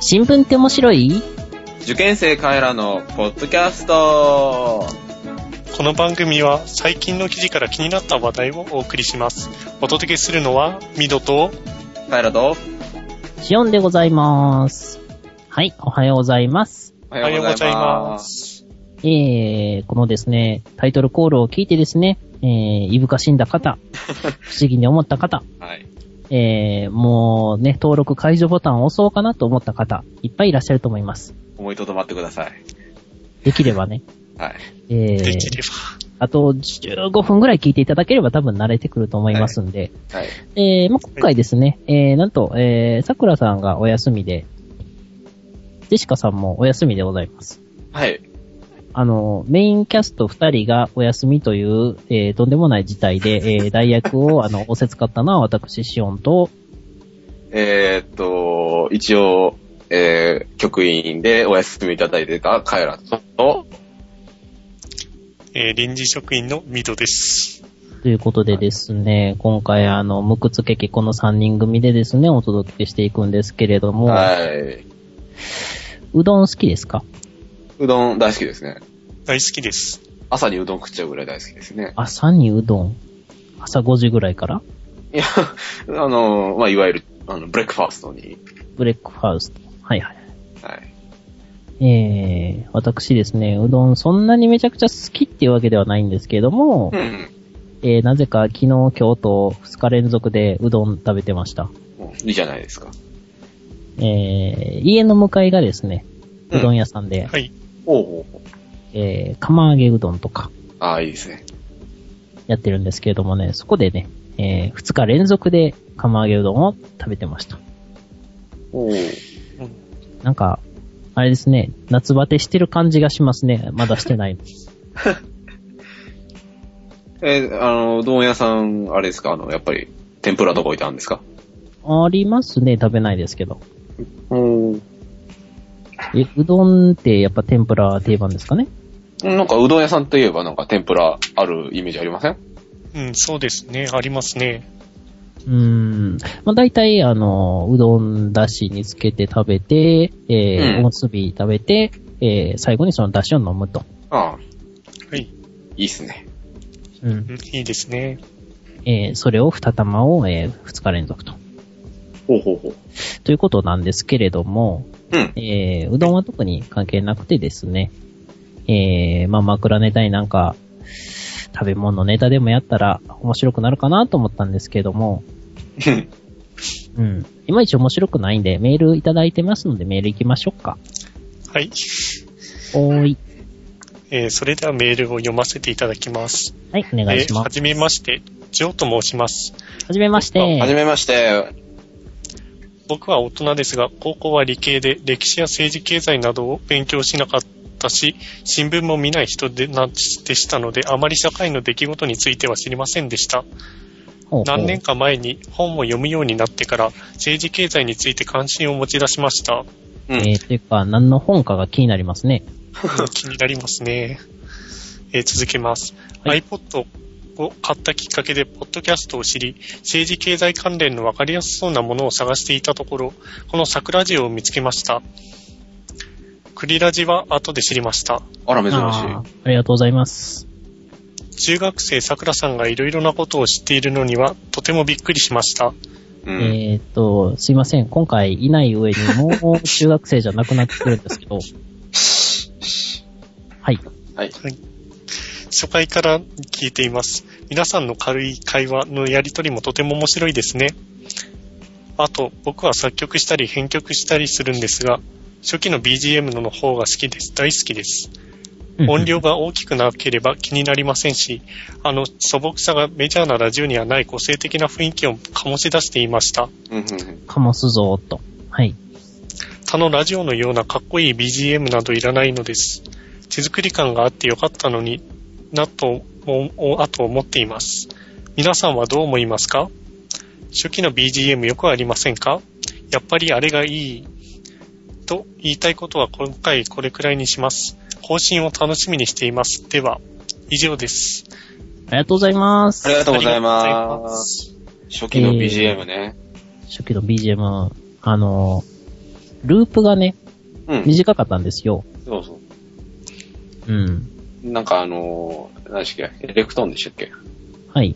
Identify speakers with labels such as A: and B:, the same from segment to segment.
A: 新聞って面白い
B: 受験生彼らのポッドキャスト
C: この番組は最近の記事から気になった話題をお送りします。お届けするのは、ミドと、
B: 彼らと
A: シオンでございます。はい、おはようございます。
B: お
C: お
B: はようございます。
C: す。
A: えー、このですね、タイトルコールを聞いてですね、えー、いぶかしんだ 方、不思議に思った方、
B: はい。
A: えー、もうね、登録解除ボタンを押そうかなと思った方、いっぱいいらっしゃると思います。
B: 思いとどまってください。
A: できればね、
B: はい。
A: え
C: で
A: ー、
C: きれば。
A: あと15分ぐらい聞いていただければ多分慣れてくると思いますんで、
B: はい。
A: えー、まあ、今回ですね、えー、なんと、えー、桜さんがお休みで、ジェシカさんもお休みでございます。
B: はい。
A: あの、メインキャスト二人がお休みという、えー、とんでもない事態で、え ー、代役を、あの、おせつかったのは私、シオンと、
B: えー、っと、一応、えー、局員でお休みいただいてた彼らと、
C: えー臨時職員のミドです。
A: ということでですね、今回、あの、無屈けけこの三人組でですね、お届けしていくんですけれども、
B: はい。
A: うどん好きですか
B: うどん大好きですね。
C: 大好きです。
B: 朝にうどん食っちゃうぐらい大好きですね。
A: 朝にうどん朝5時ぐらいから
B: いや、 あの、まあ、いわゆる、あの、ブレックファーストに。
A: ブレックファースト。はいはい。
B: はい。
A: えー、私ですね、うどんそんなにめちゃくちゃ好きっていうわけではないんですけれども、
B: うん。
A: えー、なぜか昨日、今日と2日連続でうどん食べてました。
B: もういいじゃないですか。
A: えー、家の向かいがですね、
B: うん
A: うどん屋さんで、
C: はい。
B: おうおうおう
A: えー、釜揚げうどんとか
B: ああ、いいですね。
A: やってるんですけれどもね、そこでね、えー、2日連続で釜揚げうどんを食べてました。
B: おう
A: なんか、あれですね、夏バテしてる感じがしますね。まだしてないの。
B: えーあの、うどん屋さん、あれですかあの、やっぱり、天ぷらとか置いてあるんですか
A: ありますね、食べないですけど。
B: うん。
A: え、うどんってやっぱ天ぷら定番ですかね
B: なんか、うどん屋さんといえば、なんか、天ぷらあるイメージありません
C: うん、そうですね。ありますね。
A: うーん。まあ、大体、あの、うどんだしにつけて食べて、えー
B: うん
A: おむすび食べて、えー最後にそのだしを飲むと。
B: ああ、
C: はい。
B: いいっすね。
A: うん
C: う。んいいですね。
A: えーそれを二玉を、え2日連続と。
B: ほうほうほう。
A: ということなんですけれども、
B: うん。
A: えーうどんは特に関係なくてですね、えーまあ、枕ネタになんか、食べ物ネタでもやったら面白くなるかなと思ったんですけども、うん。いまいち面白くないんで、メールいただいてますので、メール行きましょうか。
C: はい。
A: おーい。
C: えーそれではメールを読ませていただきます。
A: はい、お願いし
C: えー
A: ま
C: は
A: す。
C: じめまして、ジョーと申します。
A: はじめまし
B: あはじ
A: て。
B: めまして。
C: 僕は大人ですが、高校は理系で歴史や政治経済などを勉強しなかったし、新聞も見ない人でなでしたので、あまり社会の出来事については知りませんでした。
A: ほうほう
C: 何年か前に本を読むようになってから、政治経済について関心を持ち出しました。
B: うん。
A: えー、というか、何の本かが気になりますね。
C: うん気になりますね。えー続けます。
A: は
C: iPod を買ったきっかけで、ポッドキャストを知り、政治経済関連のわかりやすそうなものを探していたところ、この桜ジオを見つけました。クリラジは後で知りました。
B: あら、珍
A: あーありがとうございます。
C: 中学生桜さんがいろいろなことを知っているのには、とてもびっくりしました。
B: しい。うん。
A: えーっと、すいません。今回いない上に、もう中学生じゃなくなってくるんですけ ど。はい。
B: はい。
C: 初回から聞いています。皆さんの軽い会話のやりとりもとても面白いですね。あと、僕は作曲したり編曲したりするんですが、初期の BGM の方が好きです。大好きです。音量が大きくなければ気になりませんし、あの素朴さがメジャーなラジオにはない個性的な雰囲気を醸し出していました。
B: うんうんうん。
A: かもすぞーっと。はい。
C: 他のラジオのようなかっこいい BGM などいらないのです。手作り感があってよかったのになとも、おあと思っています。皆さんはどう思いますか初期の BGM よくありませんかやっぱりあれがいい。と言いたいことは今回これくらいにします。更新を楽しみにしています。では、以上です。
A: ありがとうございま
B: あ
A: す
B: り。がとうござい
C: ありがとうご
B: ま。
C: ざいますす。
B: 初期の BGM ね。
A: 初期の BGM、あの、ループがね、
B: うん。
A: 短かったんですよ。
B: そうそ
A: うん。
B: う。なんかあのー、何でしたっけエレクトーンでしたっけ
A: はい。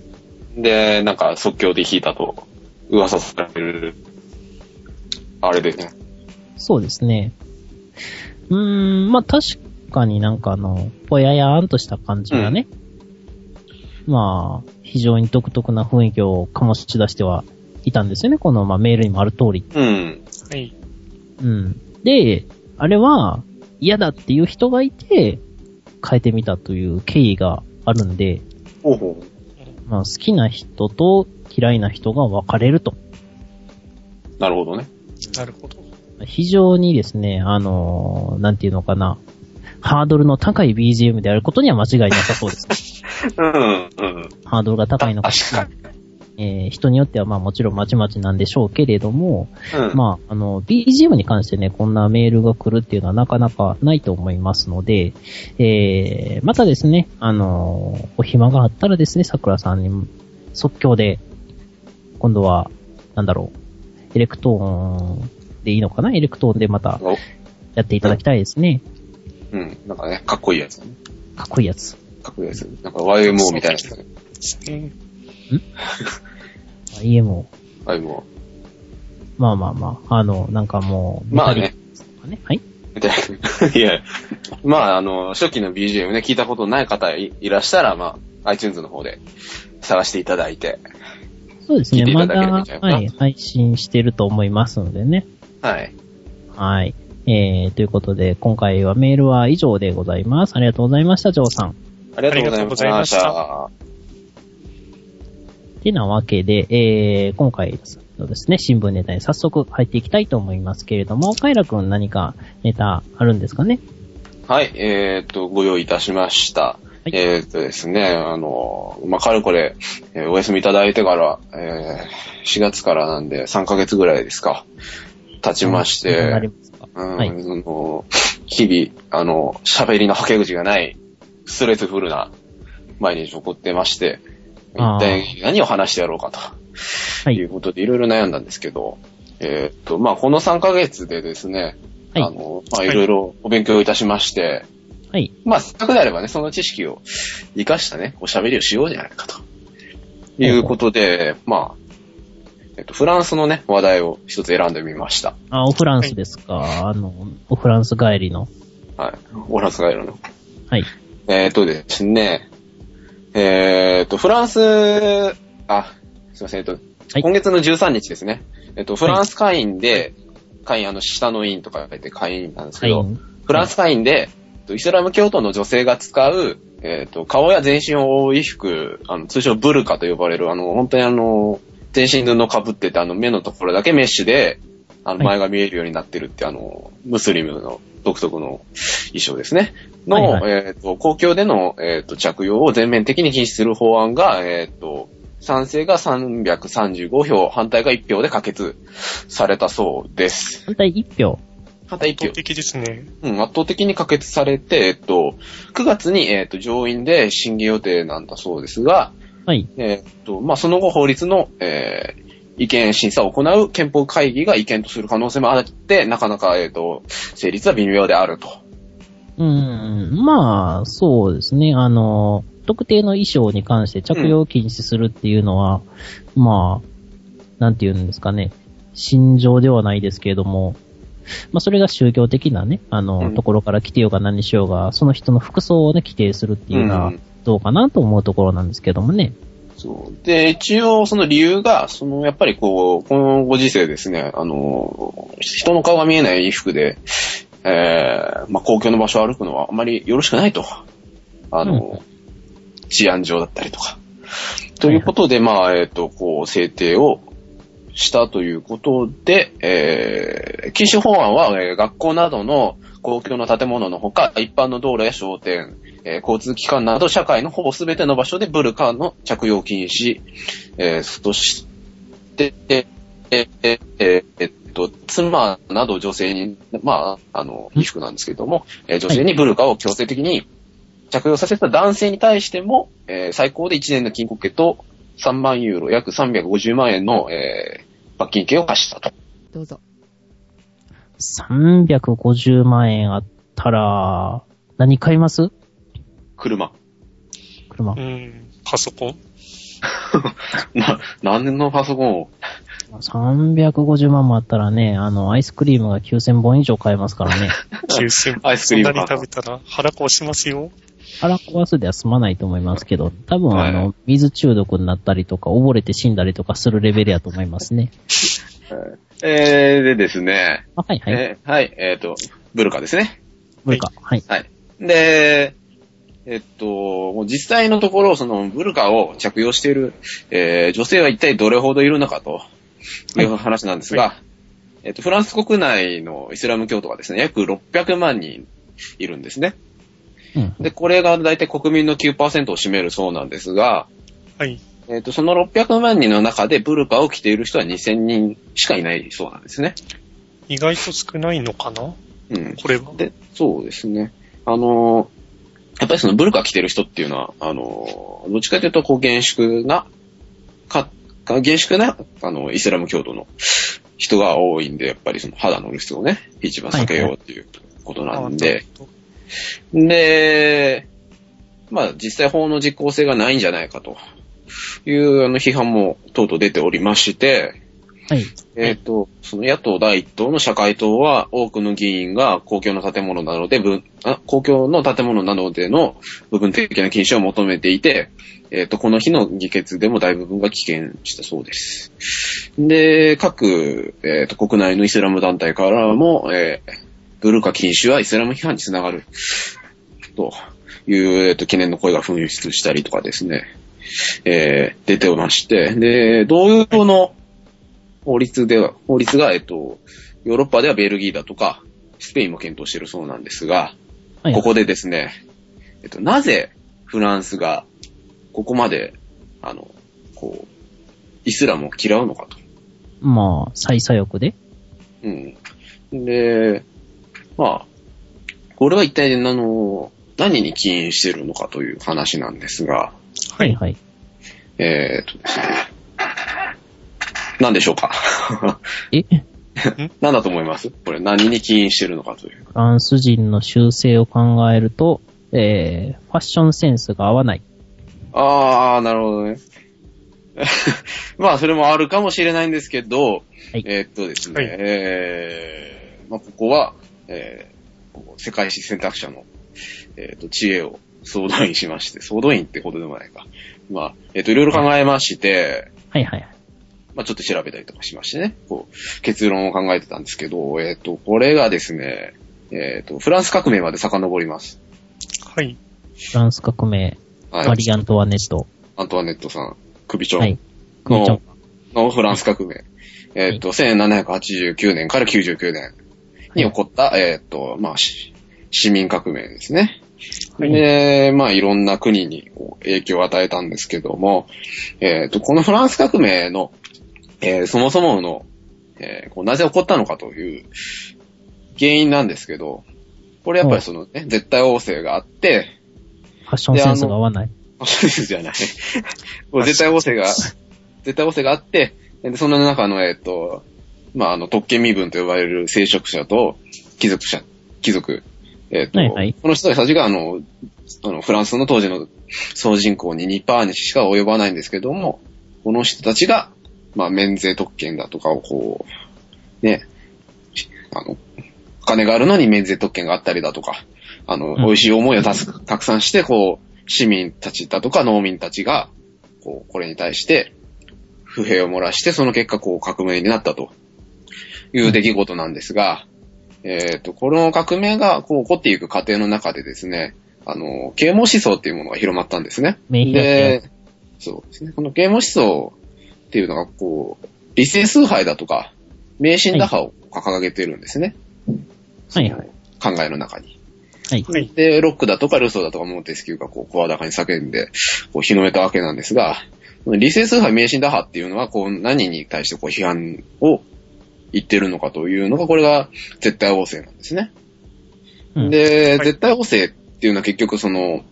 B: で、なんか即興で弾いたと噂される、あれですね。
A: そうですね。うーん、まあ確かになんかあの、ぽややーんとした感じがね、まあ、非常に独特な雰囲気を醸し出してはいたんですよね。この、まあ、メールにもある通り。
B: うん。
C: はい。
A: うん。で、あれは嫌だっていう人がいて、変えてみたという経緯があるんで、
B: ほうほ
A: まあ好きな人と嫌いな人が分かれると。
B: う。なるほどね。
C: なるほど。
A: 非常にですね、あのーなんていうのかな。ハードルの高い BGM であることには間違いなさそう です。
B: うん、うん。
A: ハードルが高いのか、
B: 確かに。
A: えー人によってはまあもちろんまちまちなんでしょうけれども、
B: うん。
A: まあ、あの、BGM に関してね、こんなメールが来るっていうのはなかなかないと思いますので、えー、またですね、あの、お暇があったらですね、桜さんに即興で、今度は、なんだろう、エレクトーンでいいのかなエレクトーンでまた
B: お
A: やっていただきたいですね。
B: うん。なんかね、かっこいいやつ、ね。
A: かっこいいやつ。
B: かっこいいやつ。なんか YMO みたいなやつ、ね。
C: ですね。
A: 家も、
B: YMO。
A: まあまあまあ、あの、なんかもう、
B: まあね。
A: メタリックとかね。はい。
B: みたいな。いや、 まあ、あの、初期の BGM ね、聞いたことない方いいらしたら、まあ、iTunes の方で探していただいて。
A: そうです
B: 聞いて
A: ね、
B: いた
A: ま
B: だ
A: だ、
B: ければいいんじゃないかな
A: はい、配信してると思いますのでね。
B: はい。
A: はい。えー、ということで、今回はメールは以上でございます。ありがとうございました、ジョーさん。
B: ありがとうございまし
C: ありがと
B: た。
A: てなわけで、えー、今回のですね、新聞ネタに早速入っていきたいと思いますけれども、カイラくん何かネタあるんですかね
B: はい、えっ、と、ご用意いたしました。
A: い
B: えっ、とですね、あの、まあ、かれこれ、えーお休みいただいてから、えー4月からなんで3ヶ月ぐらいですか、経ちまし
A: なり
B: て、
A: ますか
B: うん、
A: はい
B: あの日々、あの、喋りの吐け口がない、ストレスフルな毎日起こってまして、
A: あー
B: 一体何を話してやろうかと。
A: はいい。
B: うことでいろいろ悩んだんですけど、えーっと、まあ、この3ヶ月でですね、
A: はい
B: あの、まあ、いろいろお勉強いたしまして、
A: はい。
B: まあ、せっかくであればね、その知識を活かしたね、おしゃべりをしようじゃないかと。いうことで、まあ、えっと、フランスのね、話題を一つ選んでみました。
A: あ、オフランスですか、あの、オフランス帰りの。
B: はい。オランスガイロの。
A: はい。
B: えーっとですね、えーっと、フランス、あ、すいません、えっと、
A: い
B: 今月の13日ですね、えっと、フランス会員で、会員、あの、下の委員とか書いて会員なんです
A: は
B: け
A: い。
B: ど、フランス会員で、えっとイスラム教徒の女性が使う、えっと、顔や全身を覆い服、あの、通称ブルカと呼ばれる、あの、本当にあの、全身布被ってて、あの、目のところだけメッシュで、あの、
A: はい
B: 前が見えるようになってるって、あの、ムスリムの独特の衣装ですね。の、
A: はいは
B: えっ、と、公共での、えっ、と、着用を全面的に禁止する法案が、えっ、と、賛成が335票、反対が1票で可決されたそうです。
A: 反対1票。
B: 反対
C: 一
B: 1票
C: 方。的ですね。
B: うん、圧倒的に可決されて、えっと、9月に、えっと、上院で審議予定なんだそうですが、
A: はい。
B: えっと、まあ、その後法律の、えー意見審査を行う憲法会議が違憲とする可能性もあって、なかなか、えっと、成立は微妙であると。
A: うん、まあ、そうですね。あの、特定の衣装に関して着用を禁止するっていうのは、まあ、なんて言うんですかね。心情ではないですけれども、まあ、それが宗教的なね、あの、
B: うん
A: ところから来てようが何しようが、その人の服装をね、規定するっていうの
B: う
A: は
B: ん、
A: どうかなと思うところなんですけどもね。
B: そう。で、一応、その理由が、その、やっぱりこう、このご時世ですね、あの、人の顔が見えない衣服で、えー、まあ、公共の場所を歩くのはあまりよろしくないと。あの、治安上だったりとか。ということで、まあ、えっ、と、こう、制定をしたということで、えー、禁止法案は、えー学校などの公共の建物のほか、一般の道路や商店、えー交通機関など社会のほぼ全ての場所でブルカの着用禁止、えーそして、えーえーえーっと、妻など女性に、まあ、あの、衣服なんですけども、えー女性にブルカを強制的に着用させた男性に対しても、えー最高で1年の禁錮刑と3万ユーロ、約350万円の、えー罰金刑を課したと。
D: どうぞ。
A: 350万円あったら、何買います
B: 車。
A: 車
C: う。ん。パソコン
B: な、何のパソコンを。
A: 350万もあったらね、あの、アイスクリームが9000本以上買えますから ね。
C: 9000
B: アイスクリーム
C: そんな
B: か
C: に食べたら腹壊しますよ。
A: 腹壊すでは済まないと思いますけど、多分
B: はい
A: あの、水中毒になったりとか、溺れて死んだりとかするレベルやと思いますね。
B: えー、でですね、
A: あはいはい。
B: えーはい、えっ、と、ブルカですね。
A: これか。はい。
B: はい。で、えっと、もう実際のところ、そのブルカを着用している、えー女性は一体どれほどいるのかという話なんですが、えっと、フランス国内のイスラム教徒がですね、約600万人いるんですね。
A: うん。
B: で、これが大体国民の9%を占めるそうなんですが、
C: はい。
B: えっと、その600万人の中でブルカを着ている人は2000人しかいないそうなんですね。
C: 意外と少ないのかな
B: うん。
C: これは。
B: で、そうですね。あのー、やっぱりそのブルカ着てる人っていうのは、あのー、どっちかというと、こう、厳粛な、か、か厳粛な、あの、イスラム教徒の人が多いんで、やっぱりその肌の露出をね、一番避けようっていうことなんで、
C: あ。なるほど
B: で、まあ、実際法の実効性がないんじゃないかという、あの、批判もとうとう出ておりまして、
A: はい。
B: えっ、と、その野党第一党の社会党は、多くの議員が公共の建物などで分、あ公共の建物などでの部分的な禁止を求めていて、えっ、と、この日の議決でも大部分が棄権したそうです。で、各、えっ、と、国内のイスラム団体からも、えーブルカ禁止はイスラム批判につながる、という、えっ、と、懸念の声が噴出したりとかですね、えー出ておりまして、で、同様の、法律では、法律が、えっと、ヨーロッパではベルギーだとか、スペインも検討しているそうなんですが、
A: はい。
B: ここでですね、えっと、なぜフランスがここまで、あの、こう、イスラムを嫌うのかと。
A: まあ、再左翼で。
B: うん。で、まあ、これは一体、あの、何に起因しているのかという話なんですが、
A: はいはい。
B: えーっとですね、何でしょうか
A: え、フ
B: 何だと思いますこれ何に起因しているのかという。
A: ランス人の習性を考えると、えー、ファッションセンスが合わない。
B: ああ、なるほどね。 まあ、それもあるかもしれないんですけど、
A: はい
B: えーっとですね、
C: はい
B: えーまあ、ここは、えーこう世界史選択者の、えーっと、知恵を総動員しまして、総動員ってことでもないか。まあ、えーっと、いろいろ考えまして、
A: はいはいはい。
B: まあ、ちょっと調べたりとかしましてね、こう、結論を考えてたんですけど、えーっと、これがですね、えーっと、フランス革命まで遡ります。
C: はい。
A: フランス革命、
B: はい
A: マ。リー・アントワネット。
B: アントワネットさん、首長。
A: はい。クーちゃん。
B: のフランス革命。えーっと、1789年から99年に起こった、えーっと、まあ、し市民革命ですね。
A: はい
B: で、まあ、いろんな国にこう影響を与えたんですけども、えーっと、このフランス革命の、えーそもそもの、えーこうなぜ起こったのかという原因なんですけど、これやっぱりそのね、絶対王政があって、
A: ファッションセンスが合わない。
B: そうですじゃない。もう絶対王政が、絶対王政があって、でその中の、えっと、まあ、あの、特権身分と呼ばれる聖職者と、貴族者、貴族、えっと、
A: はいはい
B: この人たちが、あの、あの、フランスの当時の総人口に2%にしか及ばないんですけども、この人たちが、まあ、免税特権だとかをこう、ね、あの、お金があるのに免税特権があったりだとか、あの、
A: ん
B: 美味しい思いをたすたくさんして、こう、市民たちだとか農民たちが、こう、これに対して、不平を漏らして、その結果、こう、革命になったという出来事なんですが、えっ、と、この革命が、こう、起こっていく過程の中でですね、あの、啓蒙思想っていうものが広まったんですね。
A: 名品
B: で、そうですね。この啓蒙思想っていうのが、こう、理性崇拝だとか、迷信打破を掲げてるんですね。
A: はいはい。
B: 考えの中に。
A: はい。
C: はい。
B: で、ロックだとかルソーだとかモンテスキューがこう、声高に叫んで、こう、広めたわけなんですが、理性崇拝迷信打破っていうのは、こう、何に対してこう、批判を言ってるのかというのが、これが絶対王政なんですね。
A: うん
B: で、
C: はい
B: 絶対王政っていうのは結局その、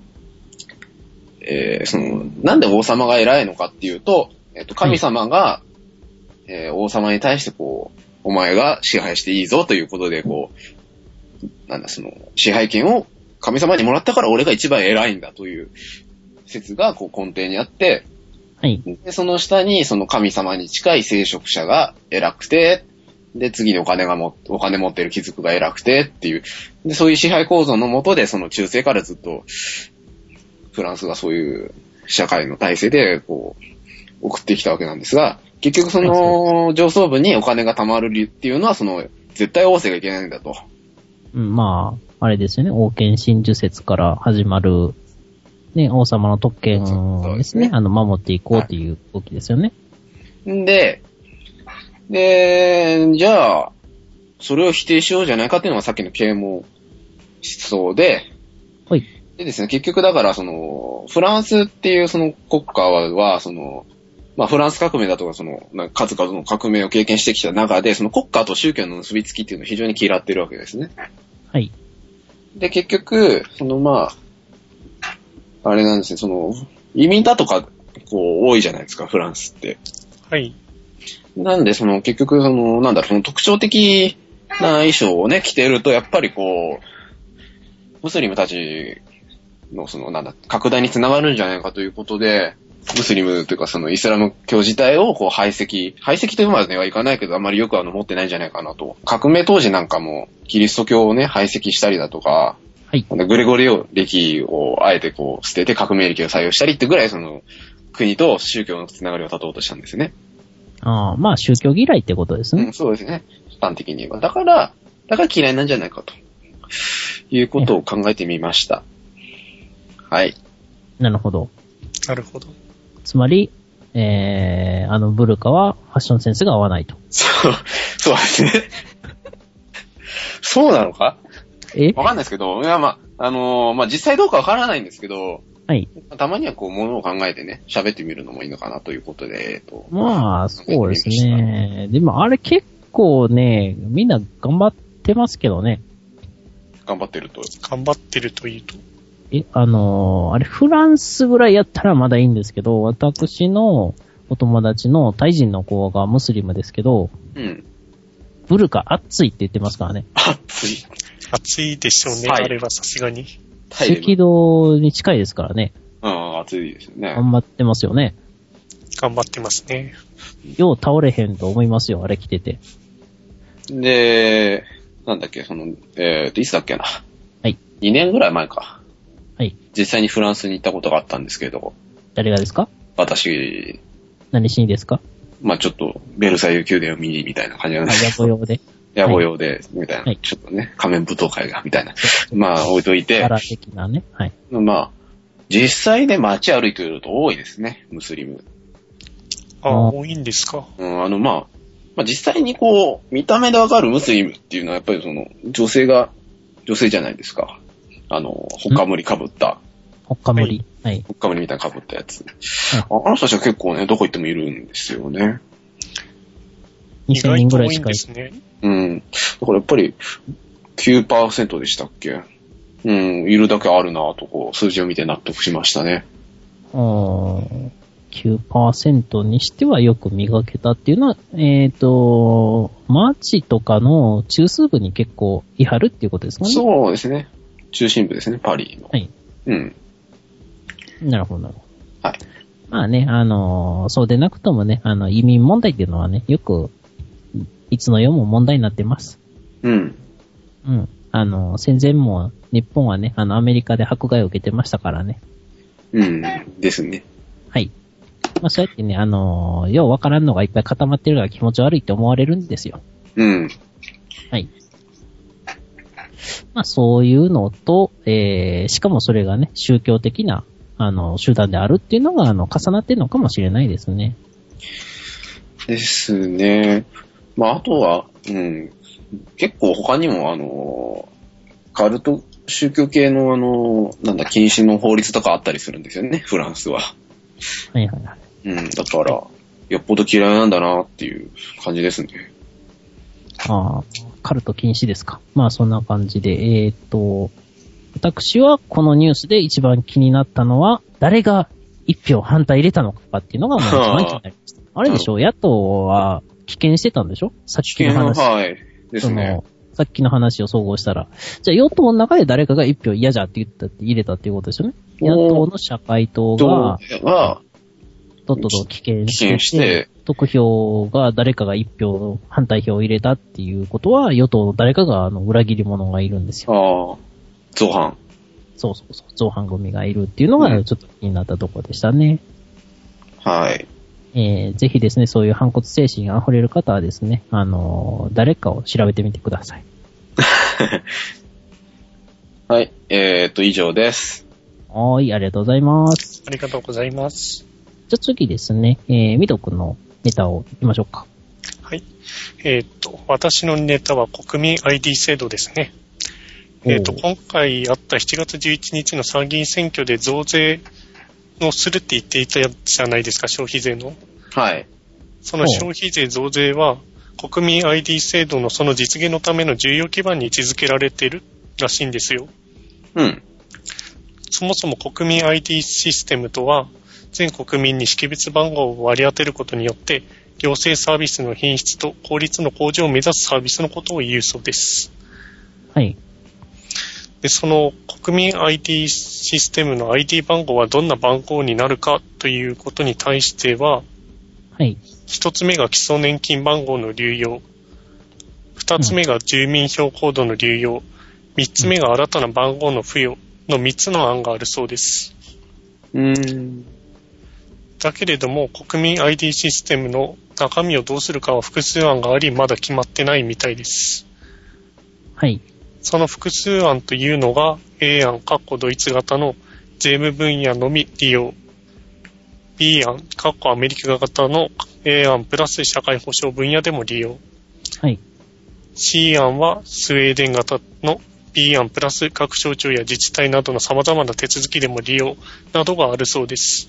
B: えーその、なんで王様が偉いのかっていうと、えっと、神様が、えー王様に対してこう、お前が支配していいぞということで、こう、なんだ、その、支配権を神様にもらったから俺が一番偉いんだという説が、こう、根底にあって、
A: はい。
B: で、その下に、その神様に近い聖職者が偉くて、で、次にお金がも、お金持ってる貴族が偉くてっていう、で、そういう支配構造のもとで、その中世からずっと、フランスがそういう社会の体制で、こう、送ってきたわけなんですが、結局その上層部にお金が貯まる理由っていうのは、その、絶対王政がいけないんだと。
A: うん、まあ、あれですよね、王権真珠説から始まる、ね、王様の特権をですね、
B: そうですね
A: あの、守っていこうっていう動きですよね。
B: んで、で、じゃあ、それを否定しようじゃないかっていうのがさっきの啓蒙思想で、
A: はい。
B: でですね、結局だから、その、フランスっていうその国家は、はその、まあ、フランス革命だとか、その、な数々の革命を経験してきた中で、その国家と宗教の結びつきっていうのを非常に嫌ってるわけですね。
A: はい。
B: で、結局、その、まあ、あれなんですね、その、移民だとか、こう、多いじゃないですか、フランスって。
C: はい。
B: なんで、その、結局、その、なんだろう、その特徴的な衣装をね、着てると、やっぱりこう、ムスリムたちの、その、なんだ、拡大につながるんじゃないかということで、ムスリムというか、その、イスラム教自体を、こう、排斥、排斥というまではいかないけど、あまりよくあの、持ってないんじゃないかなと。革命当時なんかも、キリスト教をね、排斥したりだとか、
A: はい
B: グレゴリオ歴をあえてこう、捨てて革命歴を採用したりってぐらい、その、国と宗教のつながりを断とうとしたんですね。
A: ああまあ、宗教嫌いってことです
B: う
A: ね。
B: ん、そうですね。端的に言えば。だから、だから嫌いなんじゃないかと。いうことを考えてみました。はい。
A: なるほど。
C: なるほど。
A: つまり、えー、あのブルカはファッションセンスが合わないと。
B: そう、 そうですね。そうなのか
A: え
B: わかんないですけど、いや、まあ、あのーまあ、実際どうかわからないんですけど、
A: はい。
B: たまにはこう、ものを考えてね、喋ってみるのもいいのかなということで、えっと。
A: まあ、そうです
B: 考えてみました。
A: ね。でもあれ結構ね、みんな頑張ってますけどね。
B: 頑張ってると。
C: 頑張ってるというと。
A: え、あのーあれフランスぐらいやったらまだいいんですけど、私のお友達のタイ人の子がムスリムですけど、
B: うん。
A: ブルカ熱いって言ってますからね。
B: 暑い。
C: 暑いでしょうね、
B: はい
C: あれはさすがに。
B: タイ
A: 赤
B: で。
A: 道に近いですからね。
B: うん、暑いですよね。
A: 頑張ってますよね。
C: 頑張ってますね。
A: よう倒れへんと思いますよ、あれ着てて。
B: で、なんだっけ、その、えっ、と、いつだっけな。
A: はい。
B: 2年ぐらい前か。
A: はい。
B: 実際にフランスに行ったことがあったんですけど、
A: 誰がですか
B: 私、
A: 何しにです か
B: まあちょっと、ベルサイユ宮殿を見にみたいな感じなん
A: あ
B: で、す
A: 野暮用 で。
B: 野暮用で、みたいな、
A: はい
B: ちょっとね、仮面舞踏会が、みたいな。まあ置いといて
A: カ、ラー的なね。はい。
B: まあ、実際ね、街歩いてると多いですね、ムスリム。
C: あ
A: あ
C: あ、
A: ー
C: 多いんですか。
B: うん、あの、まあ、まあ、実際にこう、見た目でわかるムスリムっていうのは、やっぱりその、女性が、女性じゃないですか。あの、ほっかむりかぶった、
A: ほっかむり。はい。
B: ほっかむりみたいなかぶったやつ。ああの人たちは結構ね、どこ行ってもいるんですよね。
C: 意
A: 2000
C: 外
A: 人
C: と
A: ぐらい
C: 多い
A: し
C: ん
A: か
C: で
A: い
C: すね。
B: うん。だからやっぱり、9%でしたっけうん、いるだけあるなぁと、こう、数字を見て納得しましたね。
A: うーん9%にしてはよく磨けたっていうのは、えっ、と、マーチとかの中枢部に結構いはるっていうことですかね。
B: そうですね。中心部ですね、パリの。
A: はい。
B: うん。
A: なるほど、なるほど。
B: はい。
A: まあね、あのーそうでなくともね、あの、移民問題っていうのはね、よく、いつの世も問題になってます。
B: うん。
A: うん。あのー戦前も日本はね、あの、アメリカで迫害を受けてましたからね。
B: うん。ですね。
A: はい。まあそうやってね、あのーようわからんのがいっぱい固まってるから気持ち悪いって思われるんですよ。
B: うん。
A: はい。まあそういうのと、えー、しかもそれがね、宗教的な、あの、手段であるっていうのが、あの、重なってるのかもしれないですね。
B: ですね。まあ、あとは、うん、結構他にも、あの、カルト宗教系の、あの、なんだ、禁止の法律とかあったりするんですよね、フランスは。
A: はいはいはい。
B: うん、だから、よっぽど嫌いなんだなっていう感じですね。
A: ああ、カルト禁止ですか。まあそんな感じで、えーっと、私はこのニュースで一番気になったのは、誰が一票反対入れたのかっていうのがもう一番気になりました。あれでしょう、野党は危険してたんでしょさっきの話。
B: はい。です
A: そ
B: ね。
A: の、さっきの話を総合したら。じゃあ、与党の中で誰かが一票嫌じゃって言ったって入れたっていうことですよね。
B: おー
A: 野党の社会党が、
B: は、
A: とっとと棄権
B: 棄
A: して
B: 権して、
A: 得票が誰かが一票、反対票を入れたっていうことは、与党の誰かが、あの、裏切り者がいるんですよ。
B: ああ、造反。
A: そうそうそう、造反組がいるっていうの
B: う
A: が、
B: ん
A: ちょっと気になったところでしたね。
B: はい。
A: えーぜひですね、そういう反骨精神が溢れる方はですね、あのー誰かを調べてみてください。
B: はい。えー、っと、以上です。
A: はーい、ありがとうございます。
C: ありがとうございま
A: じ
C: す。
A: ゃあ次ですね、えー、ミド君のネタを行きましょうか。
C: はい。えーっと、私のネタは国民 ID 制度ですね。えーっと、
A: おう
C: 今回あった7月11日の参議院選挙で増税のするって言っていたじゃないですか、消費税の。
B: はい。
C: その消費税増税は、国民 ID 制度のその実現のための重要基盤に位置づけられているらしいんですよ。
B: うん。
C: そもそも国民 ID システムとは、全国民に識別番号を割り当てることによって、行政サービスの品質と効率の向上を目指すサービスのことを言うそうです。
A: はい。
C: で、その国民 ID システムの ID 番号はどんな番号になるかということに対しては、
A: はい。
C: 一つ目が基礎年金番号の流用。二つ目が住民票コードの流用。三つ目が新たな番号の付与の三つの案があるそうです。
B: うーん。
C: だけれども、国民 ID システムの中身をどうするかは複数案があり、まだ決まってないみたいです。
A: はい。
C: その複数案というのが、A 案、かっこドイツ型の税務分野のみ利用。B 案、かっこアメリカ型の A 案プラス社会保障分野でも利用。
A: はい。
C: C 案はスウェーデン型の B 案プラス各省庁や自治体などの様々な手続きでも利用などがあるそうです。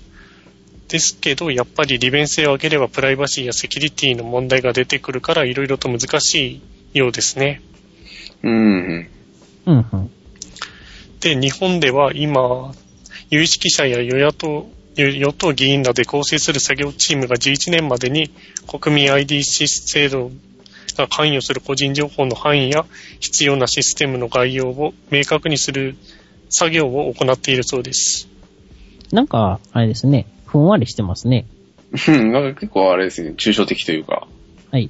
C: ですけど、やっぱり利便性を上げればプライバシーやセキュリティの問題が出てくるから色々と難しいようですね。
B: うん。
A: うんうん。
C: で、日本では今、有識者や与野党、与与党議員らで構成する作業チームが11年までに国民 ID シス制度が関与する個人情報の範囲や必要なシステムの概要を明確にする作業を行っているそうです。
A: なんか、あれですね、ふんわりしてますね。
B: うん。 なんか結構あれですね、抽象的というか。
A: はい。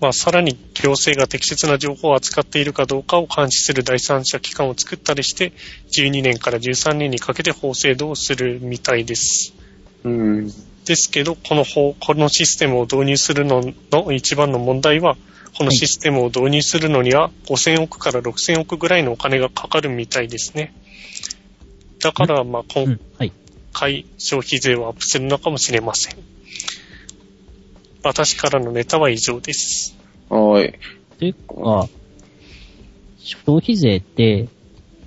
C: まあ、さらに行政が適切な情報を扱っているかどうかを監視する第三者機関を作ったりして、12年から13年にかけて法制度をするみたいです。
B: うん。
C: ですけど、この方、このシステムを導入するのの一番の問題は、このシステムを導入するのには5000億から6000億ぐらいのお金がかかるみたいですね。だから、まあ、
A: う
C: 今
A: ん。はい。
C: 回消費税をアップするのかもしれません。私からのネタは以上です。
B: はい。
A: というか、消費税って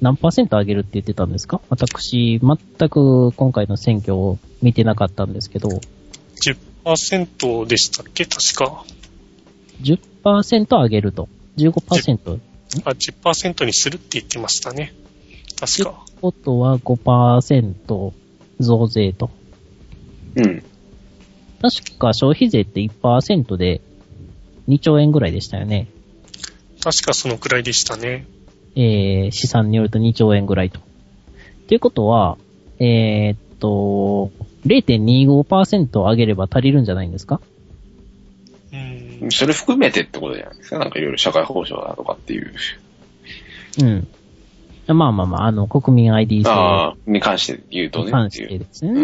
A: 何パーセント上げるって言ってたんですか私、全く今回の選挙を見てなかったんですけど、
C: 10%でしたっけ確か。
A: 10%上げると。15%。
C: あ、10%にするって言ってましたね。確か。
A: ことは5%増税と。
B: うん。
A: 確か消費税って1%で2兆円ぐらいでしたよね。
C: 確かそのくらいでしたね。
A: えー、試算によると2兆円ぐらいと。ということは、えーっと、0.25%上げれば足りるんじゃないんですか
C: うん。
B: それ含めてってことじゃないですか。なんかいろいろ社会保障だとかっ ていう。
A: うん。まあまあまあ、あの、国民 ID 制
B: ああ、に関して言うと
A: に
B: ね。
A: 関
B: って
A: し
B: い
A: て
B: う。
A: ですね。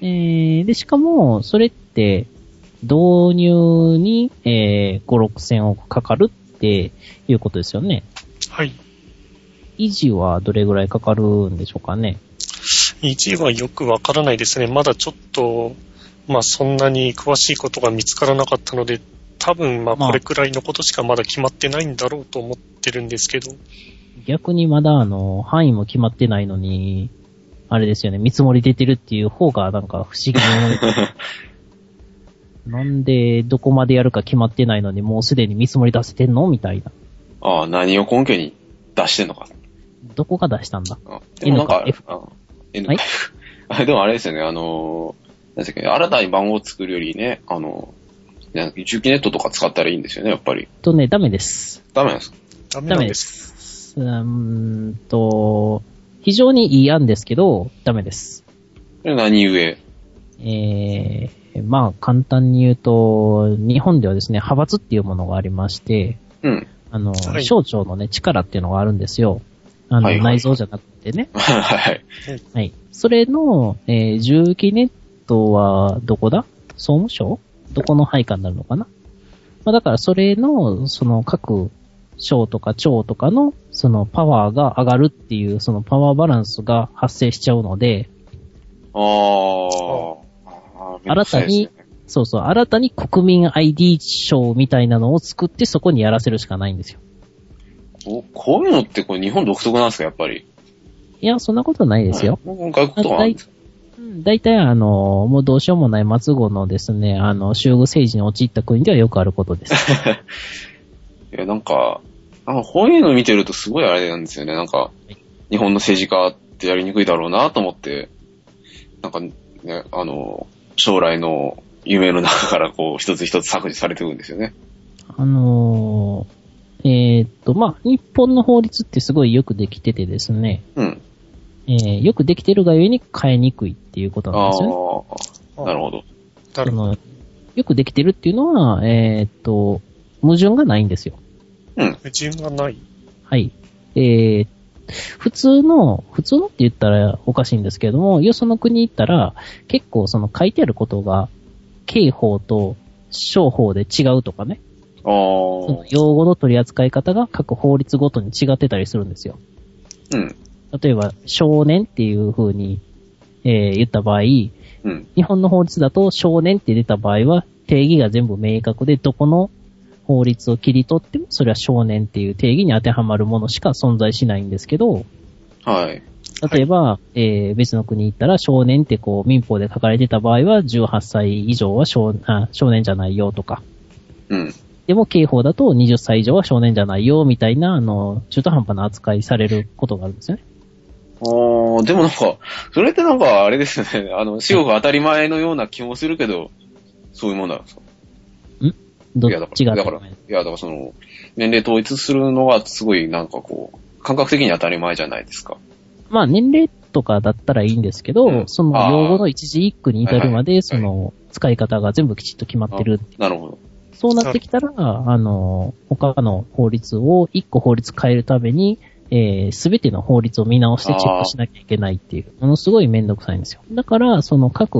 A: えー、で、しかも、それって、導入に、えー、5、6千億かかるっていうことですよね。
C: はい。
A: 維持はどれぐらいかかるんでしょうかね。
C: 1位はよくわからないですね。まだちょっと、まあそんなに詳しいことが見つからなかったので、多分まあ
A: まあ
C: これくらいのことしかまだ決まってないんだろうと思ってるんですけど、
A: 逆にまだ、あの、範囲も決まってないのに、あれですよね、見積もり出てるっていう方がなんか不思議な。なんで、どこまでやるか決まってないのに、もうすでに見積もり出せてんのみたいな。
B: ああ、何を根拠に出してんのか。
A: どこが出したんだ
B: あでもなんか
A: N か、
B: あ N
A: はい
B: あでもあれですよね、あのー、なんですかね、新たに番号を作るよりね、あのー、ね、重機ネットとか使ったらいいんですよね、やっぱり。
A: とね、ダメです。
B: ダメなんですか
C: ダメ
A: ダ
C: なん
A: メ
C: で。
A: ですす。うーんと、非常にいい案ですけど、ダメです。
B: それ何故
A: えー、まあ簡単に言うと、日本ではですね、派閥っていうものがありまして、
B: うん。
A: あの、
C: はい
A: 省庁のね、力っていうのがあるんですよ。あの、
B: はいはい
A: 内臓じゃなくてね。
B: はいはい。
A: はい。それの、えー、重機ネットは、どこだ総務省どこの配下になるのかなまあだから、それの、その、各省とか庁とかの、その、パワーが上がるっていう、その、パワーバランスが発生しちゃうので、
B: あーあー。めんどくさいです
A: 新
B: ね
A: そうそう、新たに国民 ID 省みたいなのを作って、そこにやらせるしかないんですよ。
B: ここういうのってこう日本独特なんですか、やっぱり。
A: いや、そんなことないですよ。
B: はい。外国とかあるんですか
A: うん大体、あの、もうどうしようもない末後のですね、あの、州具政治に陥った国ではよくあることです。
B: いや、なんか、なんかこういうの見てるとすごいあれなんですよね。なんか、日本の政治家ってやりにくいだろうなと思って、なんかね、あの、将来の夢の中からこう、一つ一つ削除されていくんですよね。
A: あのーえーっと、まあ、日本の法律ってすごいよくできててですね、
B: うん。
A: えーよくできてるがゆえに変えにくいっていうことなん
B: ああ
A: ですよね。
B: ー、なるほど。
C: なるほど。
A: あのよくできてるっていうのは、えーっと、矛盾がないんですよ。
C: 無人がない。
A: はい。えー普通の、普通のって言ったらおかしいんですけれども、よその国行ったら、結構その書いてあることが、刑法と商法で違うとかね、
B: あ
A: その
B: あ、
A: 用語の取り扱い方が各法律ごとに違ってたりするんですよ。
B: うん、
A: 例えば、少年っていう風に、えー言った場合、日
B: うん、
A: 本の法律だと少年って出た場合は、定義が全部明確で、どこの法律を切り取っても、それは少年っていう定義に当てはまるものしか存在しないんですけど、
B: はい。
A: 例えば、えー別の国行ったら少年ってこう民法で書かれてた場合は、18歳以上は少あ少年じゃないよとか、
B: うん。
A: でも刑法だと20歳以上は少年じゃないよみたいな、あの、中途半端な扱いされることがあるんですよね。
B: ああ、でもなんか、それってなんかあれですよね。あの、死後が当たり前のような気もするけど、そういうもんなんですか
A: どっ
B: いやだか
A: ち
B: ら
A: が
B: だ
A: 当
B: か
A: た
B: ら、
A: り前
B: いや、だからその、年齢統一するのはすごいなんかこう、感覚的に当たり前じゃないですか。
A: まあ年齢とかだったらいいんですけど、
B: うん
A: その用語の一字一句に至るま
B: あ
A: で、
B: ー
A: その使い方が全部きちっと決まってる。
B: なるほど。
A: そうなってきたら、あの、他の法律を、一個法律変えるために、えすべての法律を見直してチェックしなきゃいけないっていう、ものすごいめんどくさいんですよ。だから、その各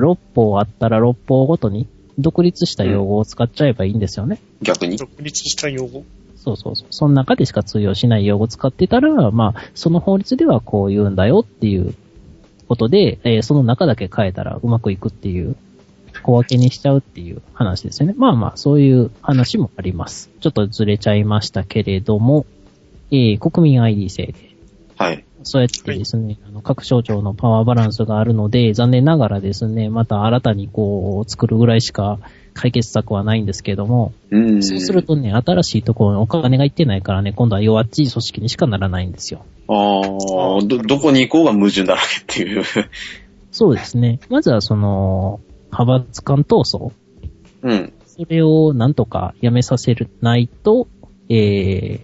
A: 6法あったら6法ごとに独立した用語を使っちゃえばいいんですよね。
B: 逆に。
C: 独立した用語。
A: そうそうそう。その中でしか通用しない用語使ってたら、まあ、その法律ではこう言うんだよっていうことで、えーその中だけ変えたらうまくいくっていう、小分けにしちゃうっていう話ですよね。まあまあ、そういう話もあります。ちょっとずれちゃいましたけれども、えー国民 ID 制で、
B: はい。
A: そうやってですね、あの各省庁のパワーバランスがあるので、残念ながらですね、また新たにこう、作るぐらいしか解決策はないんですけども、
B: うん。
A: そうする。とね、新しいところにお金が行ってないからね、今度は弱っちい組織にしかならないんですよ。
B: ああ、ど、どこに行こうが矛盾だらけっていう。
A: そうですね。まずはその、派閥間闘争。
B: うん。
A: それをなんとかやめさせないと、えー、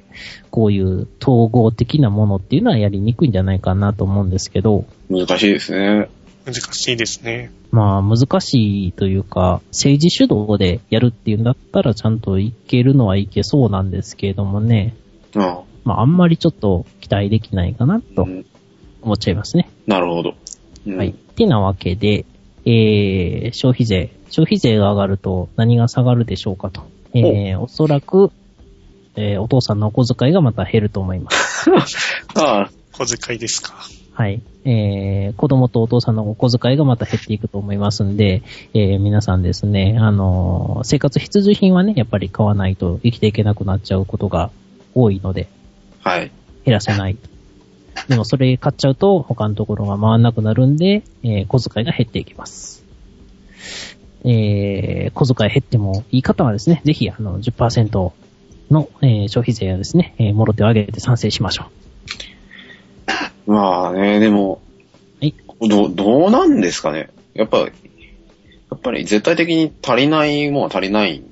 A: こういう統合的なものっていうのはやりにくいんじゃないかなと思うんですけど、
B: 難しいですね。
C: 難しいですね。
A: まあ難しいというか、政治主導でやるっていうんだったらちゃんといけるのはいけそうなんですけれどもね、
B: あ
A: まああんまりちょっと期待できないかな
B: あ、う
A: と
B: ん
A: 思っちゃいますね。
B: なるほど。うん
A: はい。っ。てなわけで、えー、消費税。消費税が上がると何が下がるでしょうかと。えー、おそらく、えー、お父さんのお小遣いがまた減ると思い ます。
B: ああ、
C: 小遣いですか。
A: はい。えー、子供とお父さんのお小遣いがまた減っていくと思いますんで、えー、皆さんですね、あのー生活必需品はね、やっぱり買わないと生きていけなくなっちゃうことが多いので、
B: はい。
A: 減らせない。でもそれ買っちゃうと他のところが回んなくなるんで、えー小遣いが減っていきます。えー小遣い減ってもいい方はですね、ぜひあの10%の、えー消費税をですね、えーもろ手を挙げて賛成しましょ
B: まあね、でも、
A: はい
B: どう、どうなんですかね。やっぱ、やっやっぱり絶対的に足りないものは足りないん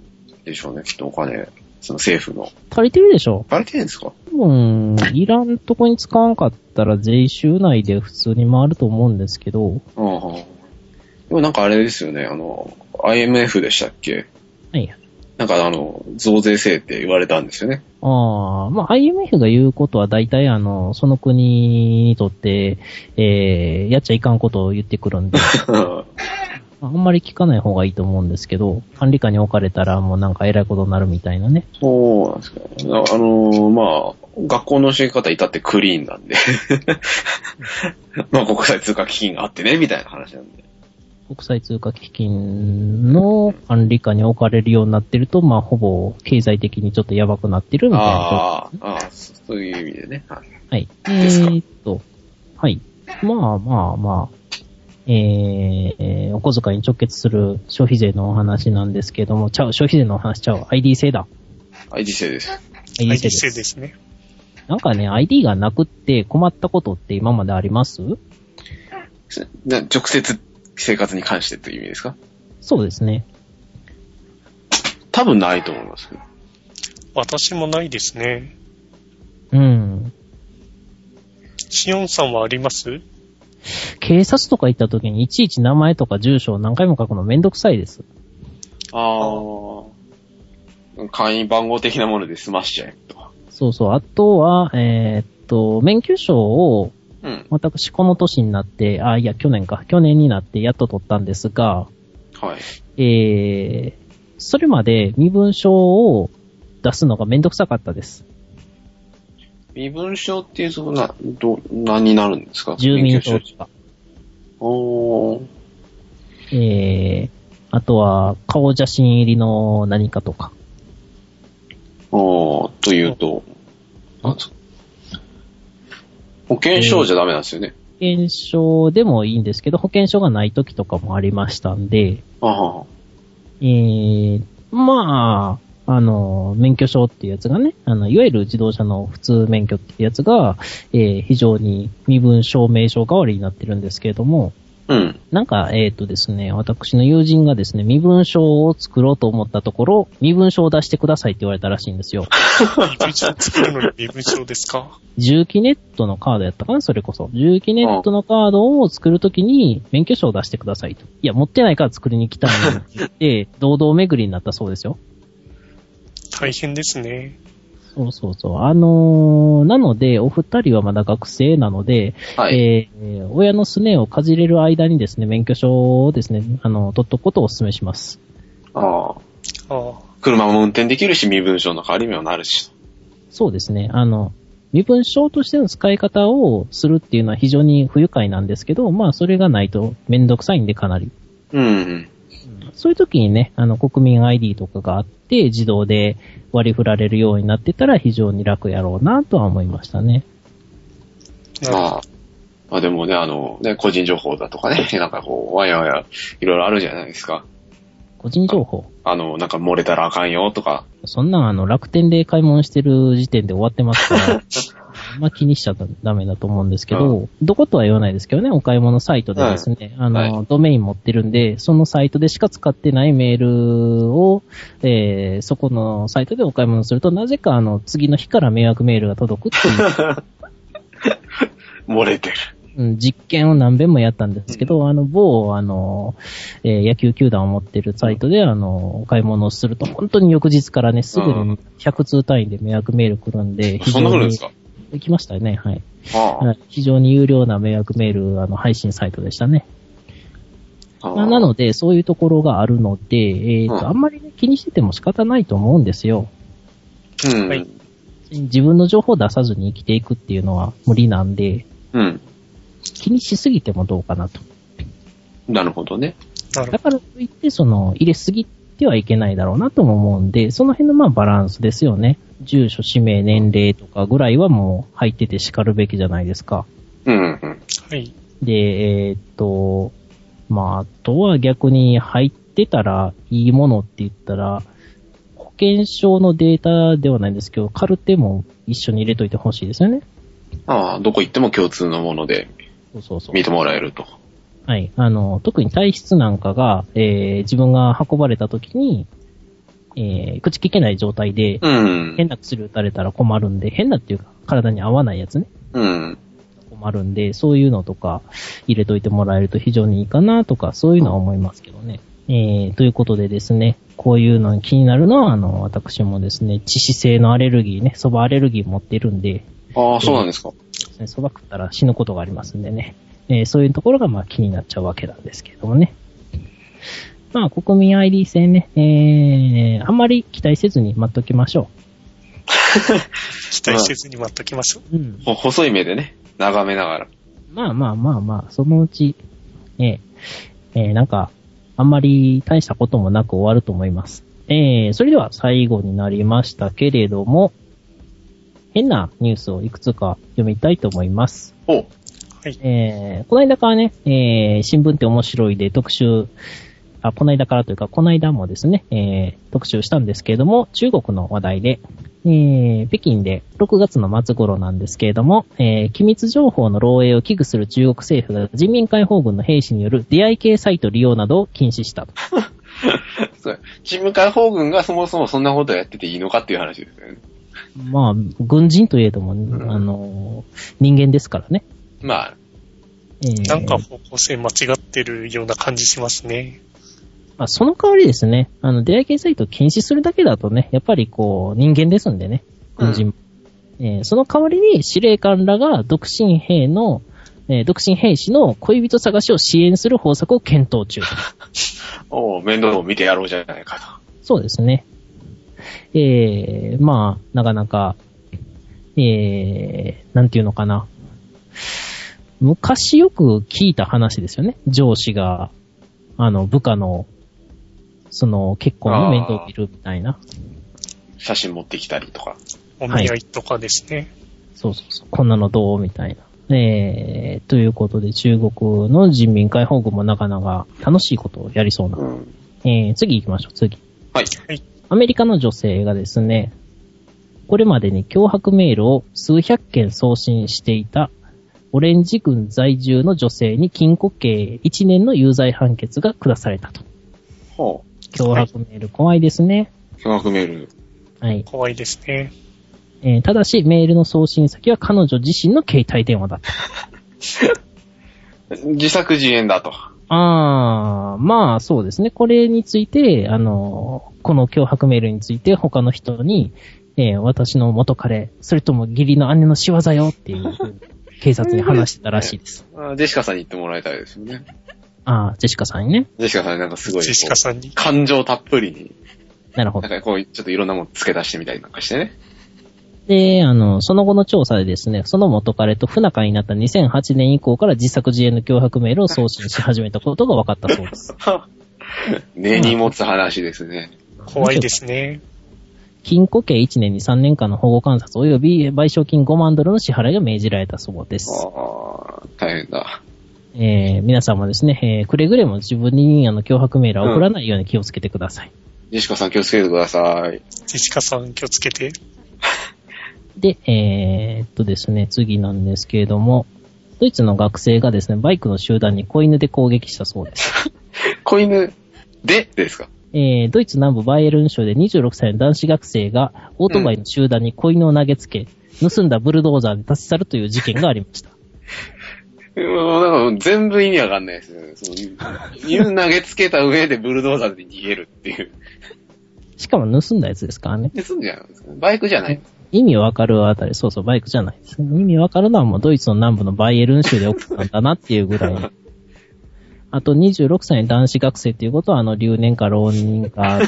B: でしょうね、きっとお金。その政府の。
A: 足りてるでしょ
B: 足りてるんですか
A: 多分、いらんとこに使わんかったら税収内で普通に回ると思うんですけど、
B: うんうん。でもなんかあれですよね、あの、IMF でしたっけ
A: はい。
B: なんかあの、増税制って言われたんですよね。
A: ああ、まあ IMF が言うことは大体あの、その国にとって、えー、やっちゃいかんことを言ってくるんで、あんまり聞かない方がいいと思うんですけど、管理下に置かれたらもうなんか偉いことになるみたいなね。
B: そうなんですか、ね。あの、まあ、学校の教え方至ってクリーンなん で。まあ、国際通貨基金があってね、みたいな話なんで。
A: 国際通貨基金の管理下に置かれるようになってると、まあほぼ経済的にちょっとやばくなってるみたいな。
B: ああ、ああ、そそういう意味でね。はい
A: はい。
B: すか
A: えーっと、はい。まあまあまあ、えーえーお小遣いに直結する消費税のお話なんですけども、ちゃう、消費税のお話ちゃう、ID 制だ。
B: はい、実勢です。
C: はい、
A: ID 制で
C: 実
A: す。
C: 践ですね。
A: なんかね、ID がなくって困ったことって今まであります
B: な直接生活に関してという意味ですか
A: そうですね。
B: 多分ないと思いますけど。
C: 私もないですね。
A: うん。
C: シオンさんはあります
A: 警察とか行った時にいちいち名前とか住所を何回も書くのめんどくさいです。
B: ああ。会員番号的なもので済ましちゃえと。
A: そうそう。あとは、えーっと、免許証を
B: うん。
A: 私この年になって、あ、いや、去年か。去年になってやっと取ったんですが、
B: はい。
A: えー、それまで身分証を出すのがめんどくさかったです。
B: 身分証っていう、そのな、ど、何になるんですか
A: 住民
B: 免
A: 票
B: 許証
A: とか。
B: おー。
A: えー、あとは顔写真入りの何かとか。
B: おー、というと、なんですか保険証じゃダメなんですよね。
A: 保険証でもいいんですけど、保険証がない時とかもありましたんで、
B: あは
A: えー、まあ、あの、免許証っていうやつがね、あの、いわゆる自動車の普通免許っていうやつが、えー、非常に身分証明書代わりになってるんですけれども、
B: うん。
A: なんか、えっ、とですね、私の友人がですね、身分証を作ろうと思ったところ、身分証を出してくださいって言われたらしいんですよ。
C: 身分証作るのに身分証で すか
A: 重機ネットのカードやったかな、それこそ。重機ネットのカードを作るときに、免許証を出してくださいと。いや、持ってないから作りに来たのにって言 って、堂々巡りになったそうですよ。
C: 大変ですね。
A: そうそうそう。あのー、なので、お二人はまだ学生なので、
B: はい。
A: えー親のすねをかじれる間にですね、免許証をですね、あの、取っとくことをお勧めします。
B: ああ。
C: あ
B: 車も運転できるし、身分証の代わりにもなるし。
A: そうですね。あの、身分証としての使い方をするっていうのは非常に不愉快なんですけど、まあそれがないとめんどくさいんでかなり。
B: うん。
A: そういう時にね、あの国民 ID とかがあって自動で割り振られるようになってたら非常に楽やろうなとは思いましたね。
C: あ。なる
B: まあ、まあでもね、あの、ね、個人情報だとかね、 なんかこう、わやわや、いろいろあるじゃないですか。
A: 個人情報。
B: あの、なんか漏れたらあかんよとか。
A: そんなんあの楽天で買い物してる時点で終わってます から、あんま気にしちゃダメだと思うんですけど、どことは言わないですけどね、お買い物サイトでですね、あの、ドメイン持ってるんで、そのサイトでしか使ってないメールを、えー、そこのサイトでお買い物すると、なぜかあの、次の日から迷惑メールが届くっていう
B: 漏れてる。
A: うん実験を何遍もやったんですけど、あの、某、あの、えー野球球団を持ってるサイトで、あの、お買い物をすると、本当に翌日からね、すぐ
B: うん
A: に100通単位で迷惑メール来るんで、
B: そんなことです
A: か
B: か
A: 来ましたね、はい。
B: あ
A: はい非常に有料な迷惑メール、あの、配信サイトでしたね。
B: あああ
A: まあなので、そういうところがあるので、えっ、
B: うん
A: と、あんまりね、気にしてても仕方ないと思うんですよ。
B: うん。
C: はい
A: 自分の情報を出さずに生きていくっていうのは無理なんで、
B: うん。
A: 気にしすぎてもどうかなと。
B: なるほどね。
C: ほど
A: だからといって、その、入れすぎてはいけないだろうなとも思うんで、その辺のまあバランスですよね。住所、氏名、年齢とかぐらいはもう入ってて叱るべきじゃないですか。
B: うん、うん。
C: はい。
A: で、えーっと、まあ、あとは逆に入ってたらいいものって言ったら、保険証のデータではないんですけど、カルテも一緒に入れといてほしいですよね。
B: ああ、どこ行っても共通のもので
A: そうそうそう。
B: 見てもらえると。
A: はい。あの、特に体質なんかが、えー自分が運ばれた時に、えー口聞けない状態で、
B: うん。
A: 変な薬打たれたら困るんで、変なっていうか、体に合わないやつね。
B: うん。
A: 困るんで、そういうのとか入れといてもらえると非常にいいかなとか、そういうのは思いますけどね。えー、ということでですね、こういうの気になるのは、あの、私もですね、致死性のアレルギーね、蕎麦アレルギー持ってるんで、
B: ああ、そうなんですか。
A: ね蕎麦食ったら死ぬことがありますんでね。えーそういうところがまあ気になっちゃうわけなんですけれどもね。まあ、国民 ID 戦ね、えー、あんまり期待せずに待っときましょ
C: 期待せずに待っときましょう。
A: う。うん。
B: ほ細い目でね、眺めながら。
A: まあまあまあまあ、そのうち、えええーなんか、あんまり大したこともなく終わると思います。えーそれでは最後になりましたけれども、変なニュースをいくつか読みたいと思います。
B: お
A: えー、この間からね、えー、新聞って面白いで特集、あ、この間からというか、この間もですね、えー、特集したんですけれども、中国の話題で、えー、北京で6月の末頃なんですけれども、えー、機密情報の漏洩を危惧する中国政府が人民解放軍の兵士による出会い系サイト利用などを禁止したと。
B: そう。チーム解放軍がそもそもそんなことやってていいのかっていう話ですよね。
A: まあ、軍人といえども、あのー人間ですからね。
B: まあ、
A: えー
C: なんか方向性間違ってるような感じしますね。
A: まあ、その代わりですね、あの、出会い系サイトを禁止するだけだとね、やっぱりこう、人間ですんでね、軍人。えーその代わりに司令官らが独身兵の、えー独身兵士の恋人探しを支援する方策を検討中。
B: おう面倒を見てやろうじゃないか
A: そうですね。えー、まあ、なかなか、えー、なんていうのかな。昔よく聞いた話ですよね。上司が、あの、部下の、その、結婚の面倒を見るみたいな。
B: と。写真持ってきたりとか。
C: お見合いとかですね。
A: そうそうそう、こんなのどうみたいな。えー、ということで中国の人民解放軍もなかなか楽しいことをやりそうな。
B: うん。
A: えー、次行きましょう、次。
B: はい。
A: アメリカの女性がですね、これまでに脅迫メールを数百件送信していたオレンジ軍在住の女性に禁錮刑1年の有罪判決が下されたと。
B: ほ
A: 脅迫メール怖いですね。
B: う。巨額メール。
A: はい。
C: 怖いですね。
A: えーただし、メールの送信先は彼女自身の携帯電話だった。
B: 自作自演だと。
A: ああ、まあそうですね。これについて、あの、この脅迫メールについて他の人に、えー私の元彼、それとも義理の姉の仕業よっていうふうに警察に話してたらしいです。
B: あジェシカさんに言ってもらいたいですよね。
A: ああ、ジェシカさんにね。
B: ジェシカさんなんかすごいこ
C: ジェシカ
B: う、
C: さんに。
B: 感情たっぷりに、
A: なるほ
B: な
A: ど
B: ん。かこう、ちょっといろんなもの付け足してみたりなんかしてね。
A: で、あの、その後の調査でですね、その元彼と不仲になった2008年以降から自作自演の脅迫メールを送信し始めたことが分かったそう です。
B: 根に持つ話ですね。
C: 怖いですね。
A: 禁錮刑1年に3年間の保護観察及び賠償金5万ドルの支払いが命じられたそうです。
B: ああ、大変だ。
A: えー皆さんもですね、えーくれぐれも自分にあの脅迫メールは送らないように気をつけてください。
B: ジェシカさん気をつけてください。
C: ジェシカさん気をつけて。
A: で、えーっとですね、次なんですけれども、ドイツの学生がですね、バイクの集団に子犬で攻撃したそうです。
B: 子犬でですか
A: えードイツ南部バイエルン州で26歳の男子学生がオートバイの集団に子犬を投げつけ、盗んだブルドーザーで立ち去るという事件がありました。
B: もうなんか全部意味わかんないですよね。その犬投げつけた上でブルドーザーで逃げるっていう。
A: しかも盗んだやつですからね。
B: で、すんじゃないですか。バイクじゃない。
A: 意味わかるあたり、そうそう、バイクじゃないです。意味わかるのはもうドイツの南部のバイエルン州で起きたんだなっていうぐらい。あと26歳の男子学生っていうことは、あの、留年か浪人か、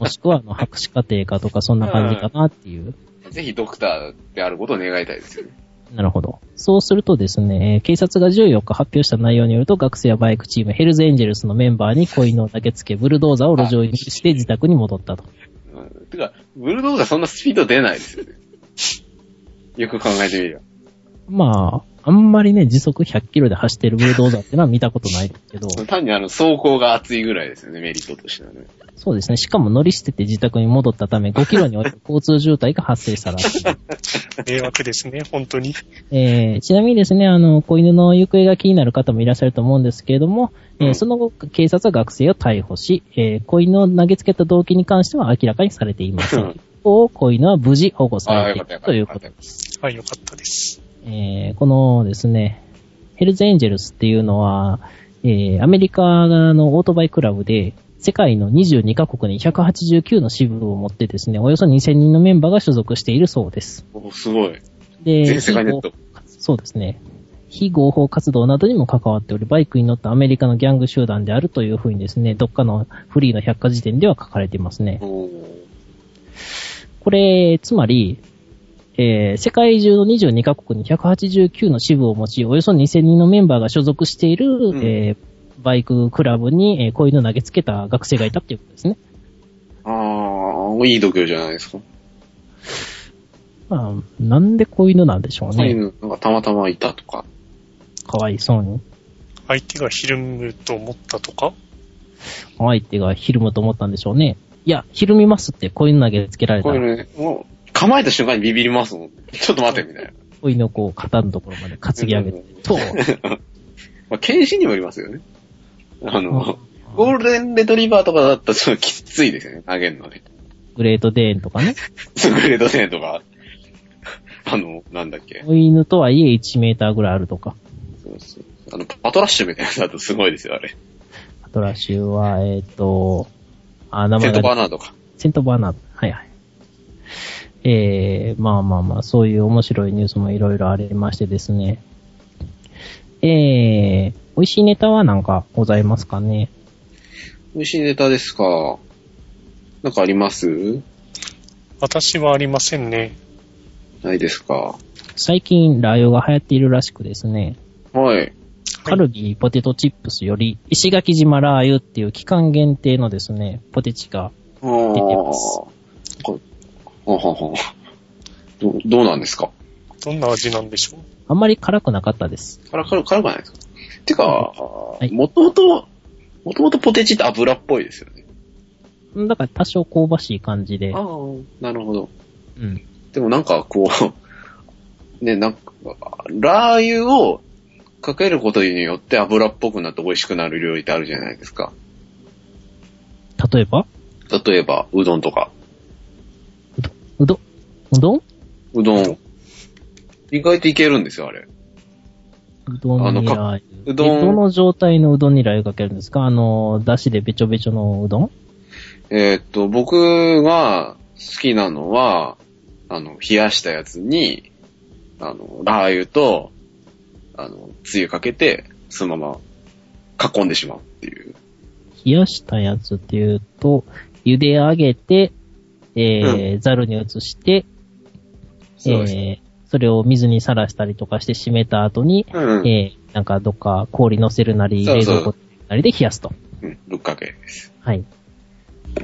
A: もしくはあの、博士課程かとか、そんな感じかなっていう。
B: ぜひドクターであることを願いたいですよね。
A: なるほど。そうするとですね、えー警察が14日発表した内容によると、学生やバイクチーム、ヘルズエンジェルスのメンバーに子犬を投げつけ、ブルドーザーを路上にして自宅に戻ったと。
B: うんてか、ブルドーザーそんなスピード出ないですよね。よく考えてみれば。
A: まあ、あんまりね、時速100キロで走ってるブルドーザーってのは見たことないですけど、
B: 単にあの、走行が熱いぐらいですよね、メリットとしてはね。
A: そうですね。しかも乗り捨てて自宅に戻ったため、5キロに及ぶ交通渋滞が発生したらしい。
C: 迷惑です ね、本当に。
A: えーちなみにですね、あの、子犬の行方が気になる方もいらっしゃると思うんですけれども、えー
B: うん
A: その後、警察は学生を逮捕し、えー子犬を投げつけた動機に関しては明らかにされていませ
B: うん
A: ん。一方、子犬は無事保護されてい
B: あー
A: る
B: よかった
A: とい
B: よ
A: う
B: か
A: こ
B: った
A: とです。
C: はい、よかったです。
A: えーこのですね、ヘルズエンジェルスっていうのは、えーアメリカのオートバイクラブで、世界の22カ国に189の支部を持ってですね、およそ2000人のメンバーが所属しているそうです。
B: おすごい。
A: で、
B: 全世界ネット。
A: そうですね。非合法活動などにも関わっており、バイクに乗ったアメリカのギャング集団であるというふうにですね、どっかのフリーの百科事典では書かれていますね。
B: おー
A: これ、つまり、えー世界中の22カ国に189の支部を持ち、およそ2000人のメンバーが所属している、
B: ん
A: えーバイククラブに、えー、こういうの投げつけた学生がいたっていうことですね。
B: ああ、いい度胸じゃないですか。
A: まあ、なんでこういうのなんでしょう
B: そうい
A: ね。
B: うのがたまたまいたとか。
A: かわいそうに。
C: 相手がひるむと思ったとか
A: 相手がひるむと思ったんでしょうね。いや、ひるみますって、こういうの投げつけられた
B: こう
A: ら
B: い、うのね、もう、構えた瞬間にビビりますもん。ちょっと待って、みたいな。
A: 子犬をこう、肩のところまで担ぎ上げて、と、
B: まあ、検視にもよりますよね。あの、
A: うん
B: ゴールデンレトリバーとかだったらちょっときついですよね、投げるのね。
A: グレートデーンとかね、
B: スグレードセンとか、あの、なんだっけ。
A: 子犬とはいえ1メーターぐらいあるとか、
B: そうそうあの、パトラッシュみたいなのだとすごいですよ、あれ。
A: アトラシュは、えっ、と、あ、名
B: セ
A: 前
B: ント
A: が、
B: バーナーとか。
A: セントバーナー、はいはい。えー、まあまあまあ、そういう面白いニュースもいろいろありましてですね。えー、美味しいネタはなんかございますかね
B: 美味しいネタですか。なんかあります
C: 私はありませんね。
B: ないですか。
A: 最近、ラー油が流行っているらしくですね、
B: はい。
A: カルビーポテトチップスより、石垣島ラー油っていう期間限定のですね、ポテチが
B: あー
A: 出てます
B: なんかあははどどうなんですか
C: どんな味なんでしょう
A: あんまり辛くなかったです。
B: 辛辛辛くないですかてか、
A: い
B: もともと、もともとポテチって油っぽいですよね。
A: だから多少香ばしい感じで
B: あ、あ、なるほど。
A: うん。
B: でもなんかこう、 ね、なんか、ラー油をかけることによって油っぽくなって美味しくなる料理ってあるじゃないですか。
A: 例えば、
B: 例えば、うどんとか。
A: うどん、うどん
B: うどん。意外といけるんですよ、あれ。
A: うどんにラー油。
B: うどん
A: えどの状態のうどんにラー油かけるんですかあの、だしでべちょべちょのうどん
B: えーっと、僕が好きなのは、あの、冷やしたやつに、あの、ラー油と、あの、つゆかけて、そのまま、囲んでしまうっていう。
A: 冷やしたやつっていうと、茹で上げて、えー、ざ、る、に移して、
B: そうです
A: えー、それを水にさらしたりとかして締めた後に、
B: うんうん。
A: えー、なんかどっか氷乗せるなり、
B: そう
A: 冷
B: そう
A: 蔵庫なりで冷やすと。
B: うん、ぶっかけです。
A: はい。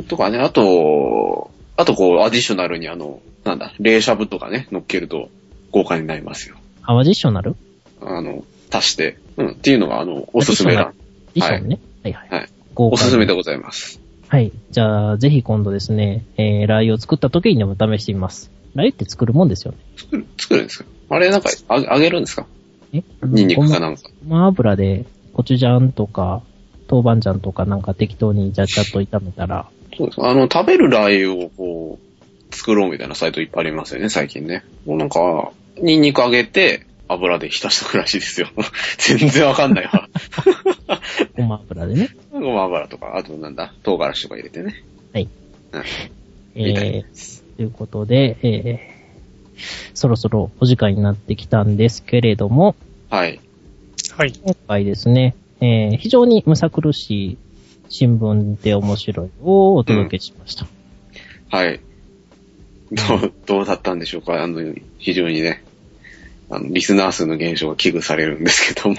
B: とかね、あと、あとこう、アディショナルにあの、なんだ、冷しゃぶとかね、乗っけると、豪華になりますよ。
A: 泡ディショナル
B: あの、足して、うん、っていうのが、あの、おすすめ
A: ア
B: だ。
A: ディションね。はいはい。
B: はい
A: 豪
B: お
A: 華
B: すすめでございます。
A: はい。じゃあ、ぜひ今度ですね、えー、ラー油を作った時にでも試してみます。ラー油って作るもんですよね。
B: 作る、作るんですかあれ、なんか、あ揚げるんですか
A: え
B: ニンニク
A: な
B: かなんか。
A: ごま油で、コチュジャンとか、豆板醤とかなんか適当にじゃちゃっと炒めた ら、
B: そうです。あの、食べるラー油をこう、作ろうみたいなサイトいっぱいありますよね、最近ね。もうなんか、ニンニク揚げて、油で浸しとくらしいですよ。 全然わかんない わ。
A: ごま油でね。
B: ごま油とか、あとなんだ、唐辛子とか入れてね。みたい
A: えー、ということで、えー、そろそろお時間になってきたんですけれども、
B: はい。
C: はい。
A: 今回ですね、えー、非常にむさ苦しい新聞で面白いをお届けしました。
B: はい。どう、どうだったんでしょうかあの、非常にね、あの、リスナー数の減少が危惧されるんで すけども。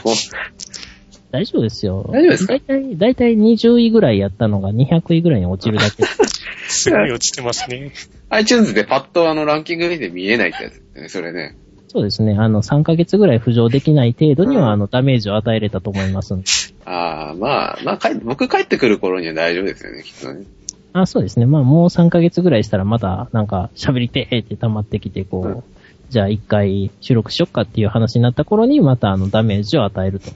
A: 大丈夫ですよ。
B: 大丈夫ですか
A: だいたい、だいたい20位ぐらいやったのが200位ぐらいに落ちるだけ。
C: すごい落ちてますね。
B: iTunes でパッとあの、ランキング見て見えないってやつですね、それね。
A: そうですね。あの、3ヶ月ぐらい浮上できない程度に
B: うん
A: は、あの、ダメージを与えれたと思いますんで。
B: ああ、まあ、まあ、帰僕帰ってくる頃には大丈夫ですよね、きっとね。
A: あ、そうですね。まあ、もう3ヶ月ぐらいしたら、また、なんか、喋りてーって溜まってきて、こう、
B: うん
A: じゃあ一回収録しよっかっていう話になった頃に、また、あの、ダメージを与えると。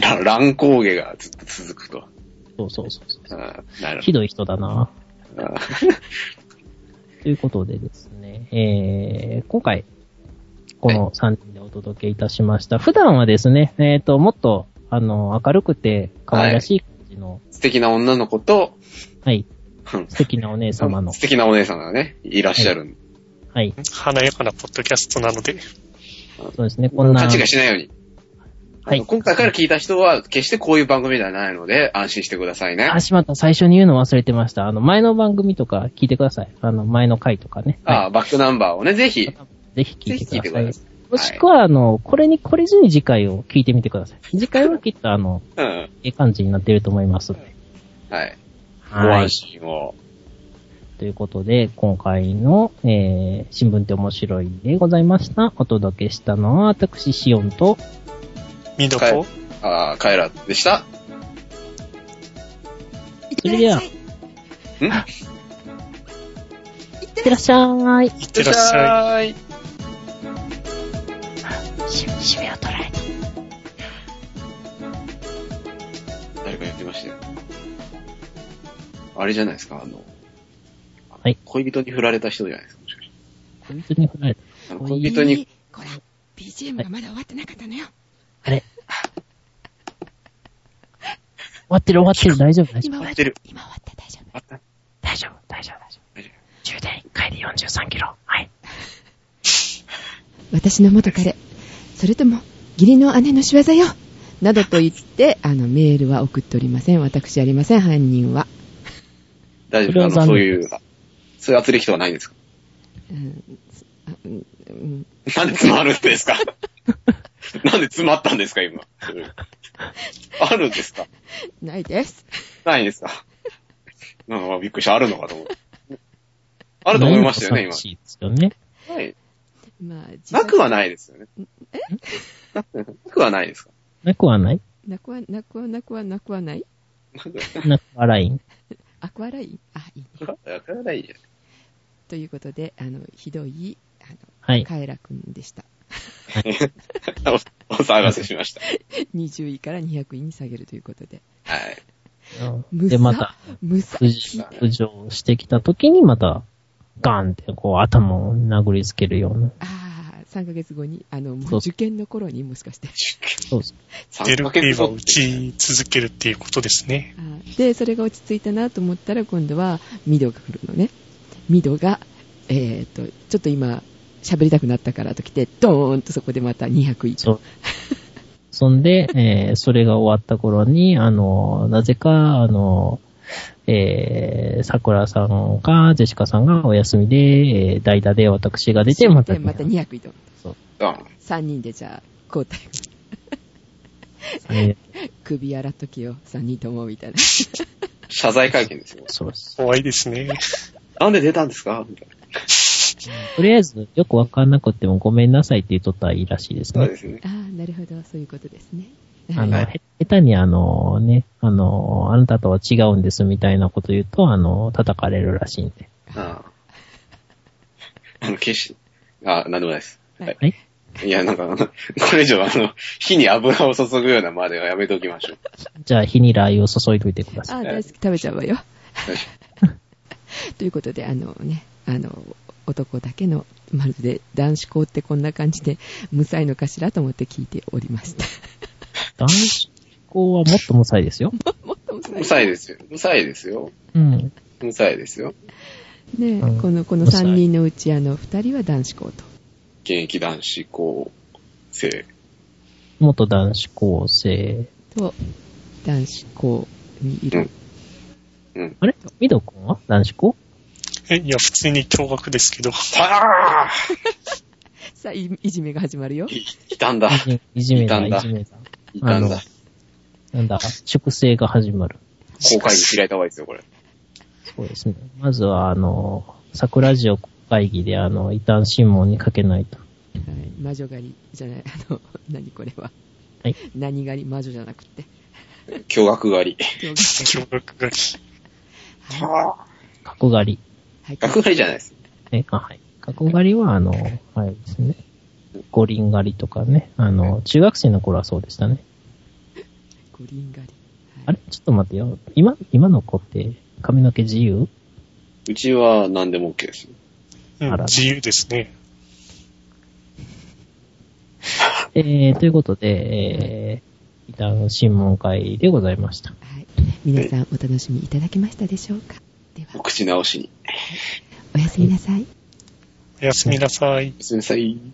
B: ら乱高下がずっと続くと。
A: そうそうそうそう。
B: あーなる
A: ひどい人だな。
B: ほど。あー
A: ということでですね、えー、今回、この3人でお届けいたしました。普段はですね、えっ、と、もっと、あの、明るくて、可愛らしい感じの、
B: 素敵な女の子と、
A: はい、
B: うん
A: 素敵なお姉様の
B: 素、敵なお姉さんがね、いらっしゃる。
A: はい、
C: 華やかなポッドキャストなので、
A: そうですね、こんな、
B: 勘違いしないように。
A: はい
B: あの今回から聞いた人は、決してこういう番組ではないので、安心してくださいね。
A: あ、しまった。最初に言うの忘れてました。あの、前の番組とか聞いてください。あの、前の回とかね。
B: ああ、バックナンバーをね、ぜひ。
A: ぜひ聞いてください。
B: ぜひ聞いてくださ
A: もしくは、あの、これに、これずに次回を聞いてみてください。次回はきっと、あの、
B: うん。
A: ええ感じになってると思いますんで。
B: はい。ご
A: はい
B: 安。心を。
A: ということで、今回の、えー、新聞って面白いでございました。お届けしたのは、私、シオンと、
C: 見ど
B: はい、
C: こ
B: ああ、カエラでした。
A: それでは、い
B: ん
A: ってらっしゃーい。
C: いってらっしゃい。
B: い。
A: し、締めを捉えた。
B: 誰かやってましたよ。あれじゃないですか、あの、
A: はい
B: 恋人に振られた人じゃないですか、もしかして
A: 本当に振られた。
B: あの恋人に、
D: これ、BGM がまだ終わってなかったのよ。
A: あれ。 終わってる終わってる、大丈夫大丈夫。
D: 今終わ
B: 合
D: っ
B: ってる。
D: 今終わった、大丈夫。
B: あった
A: 大丈夫、大丈夫、大丈
B: 大丈
A: 夫。終点1回で43キロ。はい。
D: 私の元彼、それとも、義理の姉の仕業よ。などと言って、あの、メールは送っておりません。私ありません、犯人は。
B: 大
A: それ
B: 丈夫
A: は
B: あ
A: 残念
B: の、そういう、そういう圧力とはないんですか
D: うんあうんうん
B: なんで詰まるんですか なんで詰まったんですか、今。 あるんですか
D: ないです。
B: ないんですかなんかびっくりした。あるのかと思って。あると思いましたよね、
A: 寂しいですよね。
B: 今。はい。
D: まあ、自
B: な
D: 分
B: くはないですよね。なくはないですか
A: なくはない
D: なくは、なくは、なくは、なくはない。
B: なく
A: なくはライン。
D: アクアラインあ、いいね。
B: はなくはないじゃん。
D: ということで、あの、ひどい、あ
A: はい
D: の、。カエラくんでした。
B: おお騒がせしました。
D: 20位から200位に下げるということで。
B: はい。
A: うんで、また、
D: むさ、
A: 浮上浮上してきた時にまた、ガンってこう頭を殴りつけるような。
D: ああ、3ヶ月後に、あの、も
A: そう
D: う受験の頃にもしかして。
A: そうそう。
C: 出る杭は
B: 後
C: 打ち続けるっていうことですね。
D: あーで、それが落ち着いたなと思ったら、今度は、ミドが来るのね。ミドが、えー、っと、ちょっと今、喋りたくなったからと来て、ドーンとそこでまた200位。
A: そう。そんで、えーそれが終わった頃に、あの、なぜか、あの、えー、桜さんか、ジェシカさんがお休みで、えー代打で私が出て、また、
D: でまた200位と。
B: うん。
D: 3人でじゃあ、交代。
A: えー
D: 首洗っときよ、3人とも、みたいな。
B: 謝罪会見ですよ。
A: そうです。
C: 怖いですね。
B: なんで出たんですかみたいな。
A: とりあえず、よくわかんなくてもごめんなさいって言っとったらいいらしいです
B: そう
A: ね。
B: ですね。
D: ああ、なるほど、そういうことですね。
A: あの、
D: はい
A: へ下手にあの、ね、あの、あなたとは違うんですみたいなこと言うと、あの、叩かれるらしいんで。
B: うん。あの、決し、あ、なんでもないです。はい
A: はい。
B: いや、なんか、あのこれ以上、あの、火に油を注ぐようなまではやめておきましょう。
A: じゃあ、火にラー油を注いといてくだ
D: あ
A: さい。
D: あ、大好き、食べちゃうわよ。
B: はい
D: ということで、あのね、あの、男だけの、まるで男子校ってこんな感じで、無才のかしらと思って聞いており ました。
A: 男子校はもっと無才ですよ。
D: もっと無才。
B: うさいですよ。うさいですよ。
A: うん。
B: うさいですよ。
D: ねえ
A: うん
D: この、この
A: 無才
D: 3人のうち、あの、2人は男子校と。
B: 現役男子高生。
A: 元男子高生。
D: と、男子校にいる。
B: うん。
A: あれミド君は男子校
C: えいや、普通に驚愕ですけど。
B: ああ
D: さあ、いいじめが始まるよ。
B: いいたんだ。
A: いじいじめだ、い
B: いたんだ
A: じめだ。
B: いたんだ。
A: なんだ、粛清が始まる。
B: 公開に開いた方がいいですよ、これ。
A: そうですね。まずは、あの、桜ジオ会議で、あの、異端審問にかけないと。
D: はい、魔女狩りじゃない、あの、何これは。
A: はい
D: 何狩り魔女じゃな くって。
B: 驚愕狩り。
D: 驚
C: 驚
D: 愕
C: 愕がり。
D: はい。
B: は
A: 角刈り。
D: はい。
B: ぁ。愕狩りじゃないです。
A: え、あ、はい。角刈りは、あの、あれですね。五輪狩りとかね。あの、中学生の頃はそうでしたね。
D: 五輪狩り。
A: あれちょっと待ってよ。今、今の子って髪の毛自由
B: うちは何でも OK です。
C: うん
A: あら
C: 自由ですね。
A: えー、ということで、えー、一旦審問会でございました。
D: はい。皆さんお楽しみいただけましたでしょうかで
B: お
D: は、
B: 口直しに。
D: おやすみなさい。
C: おやすみなさい。
B: おやすみなさい。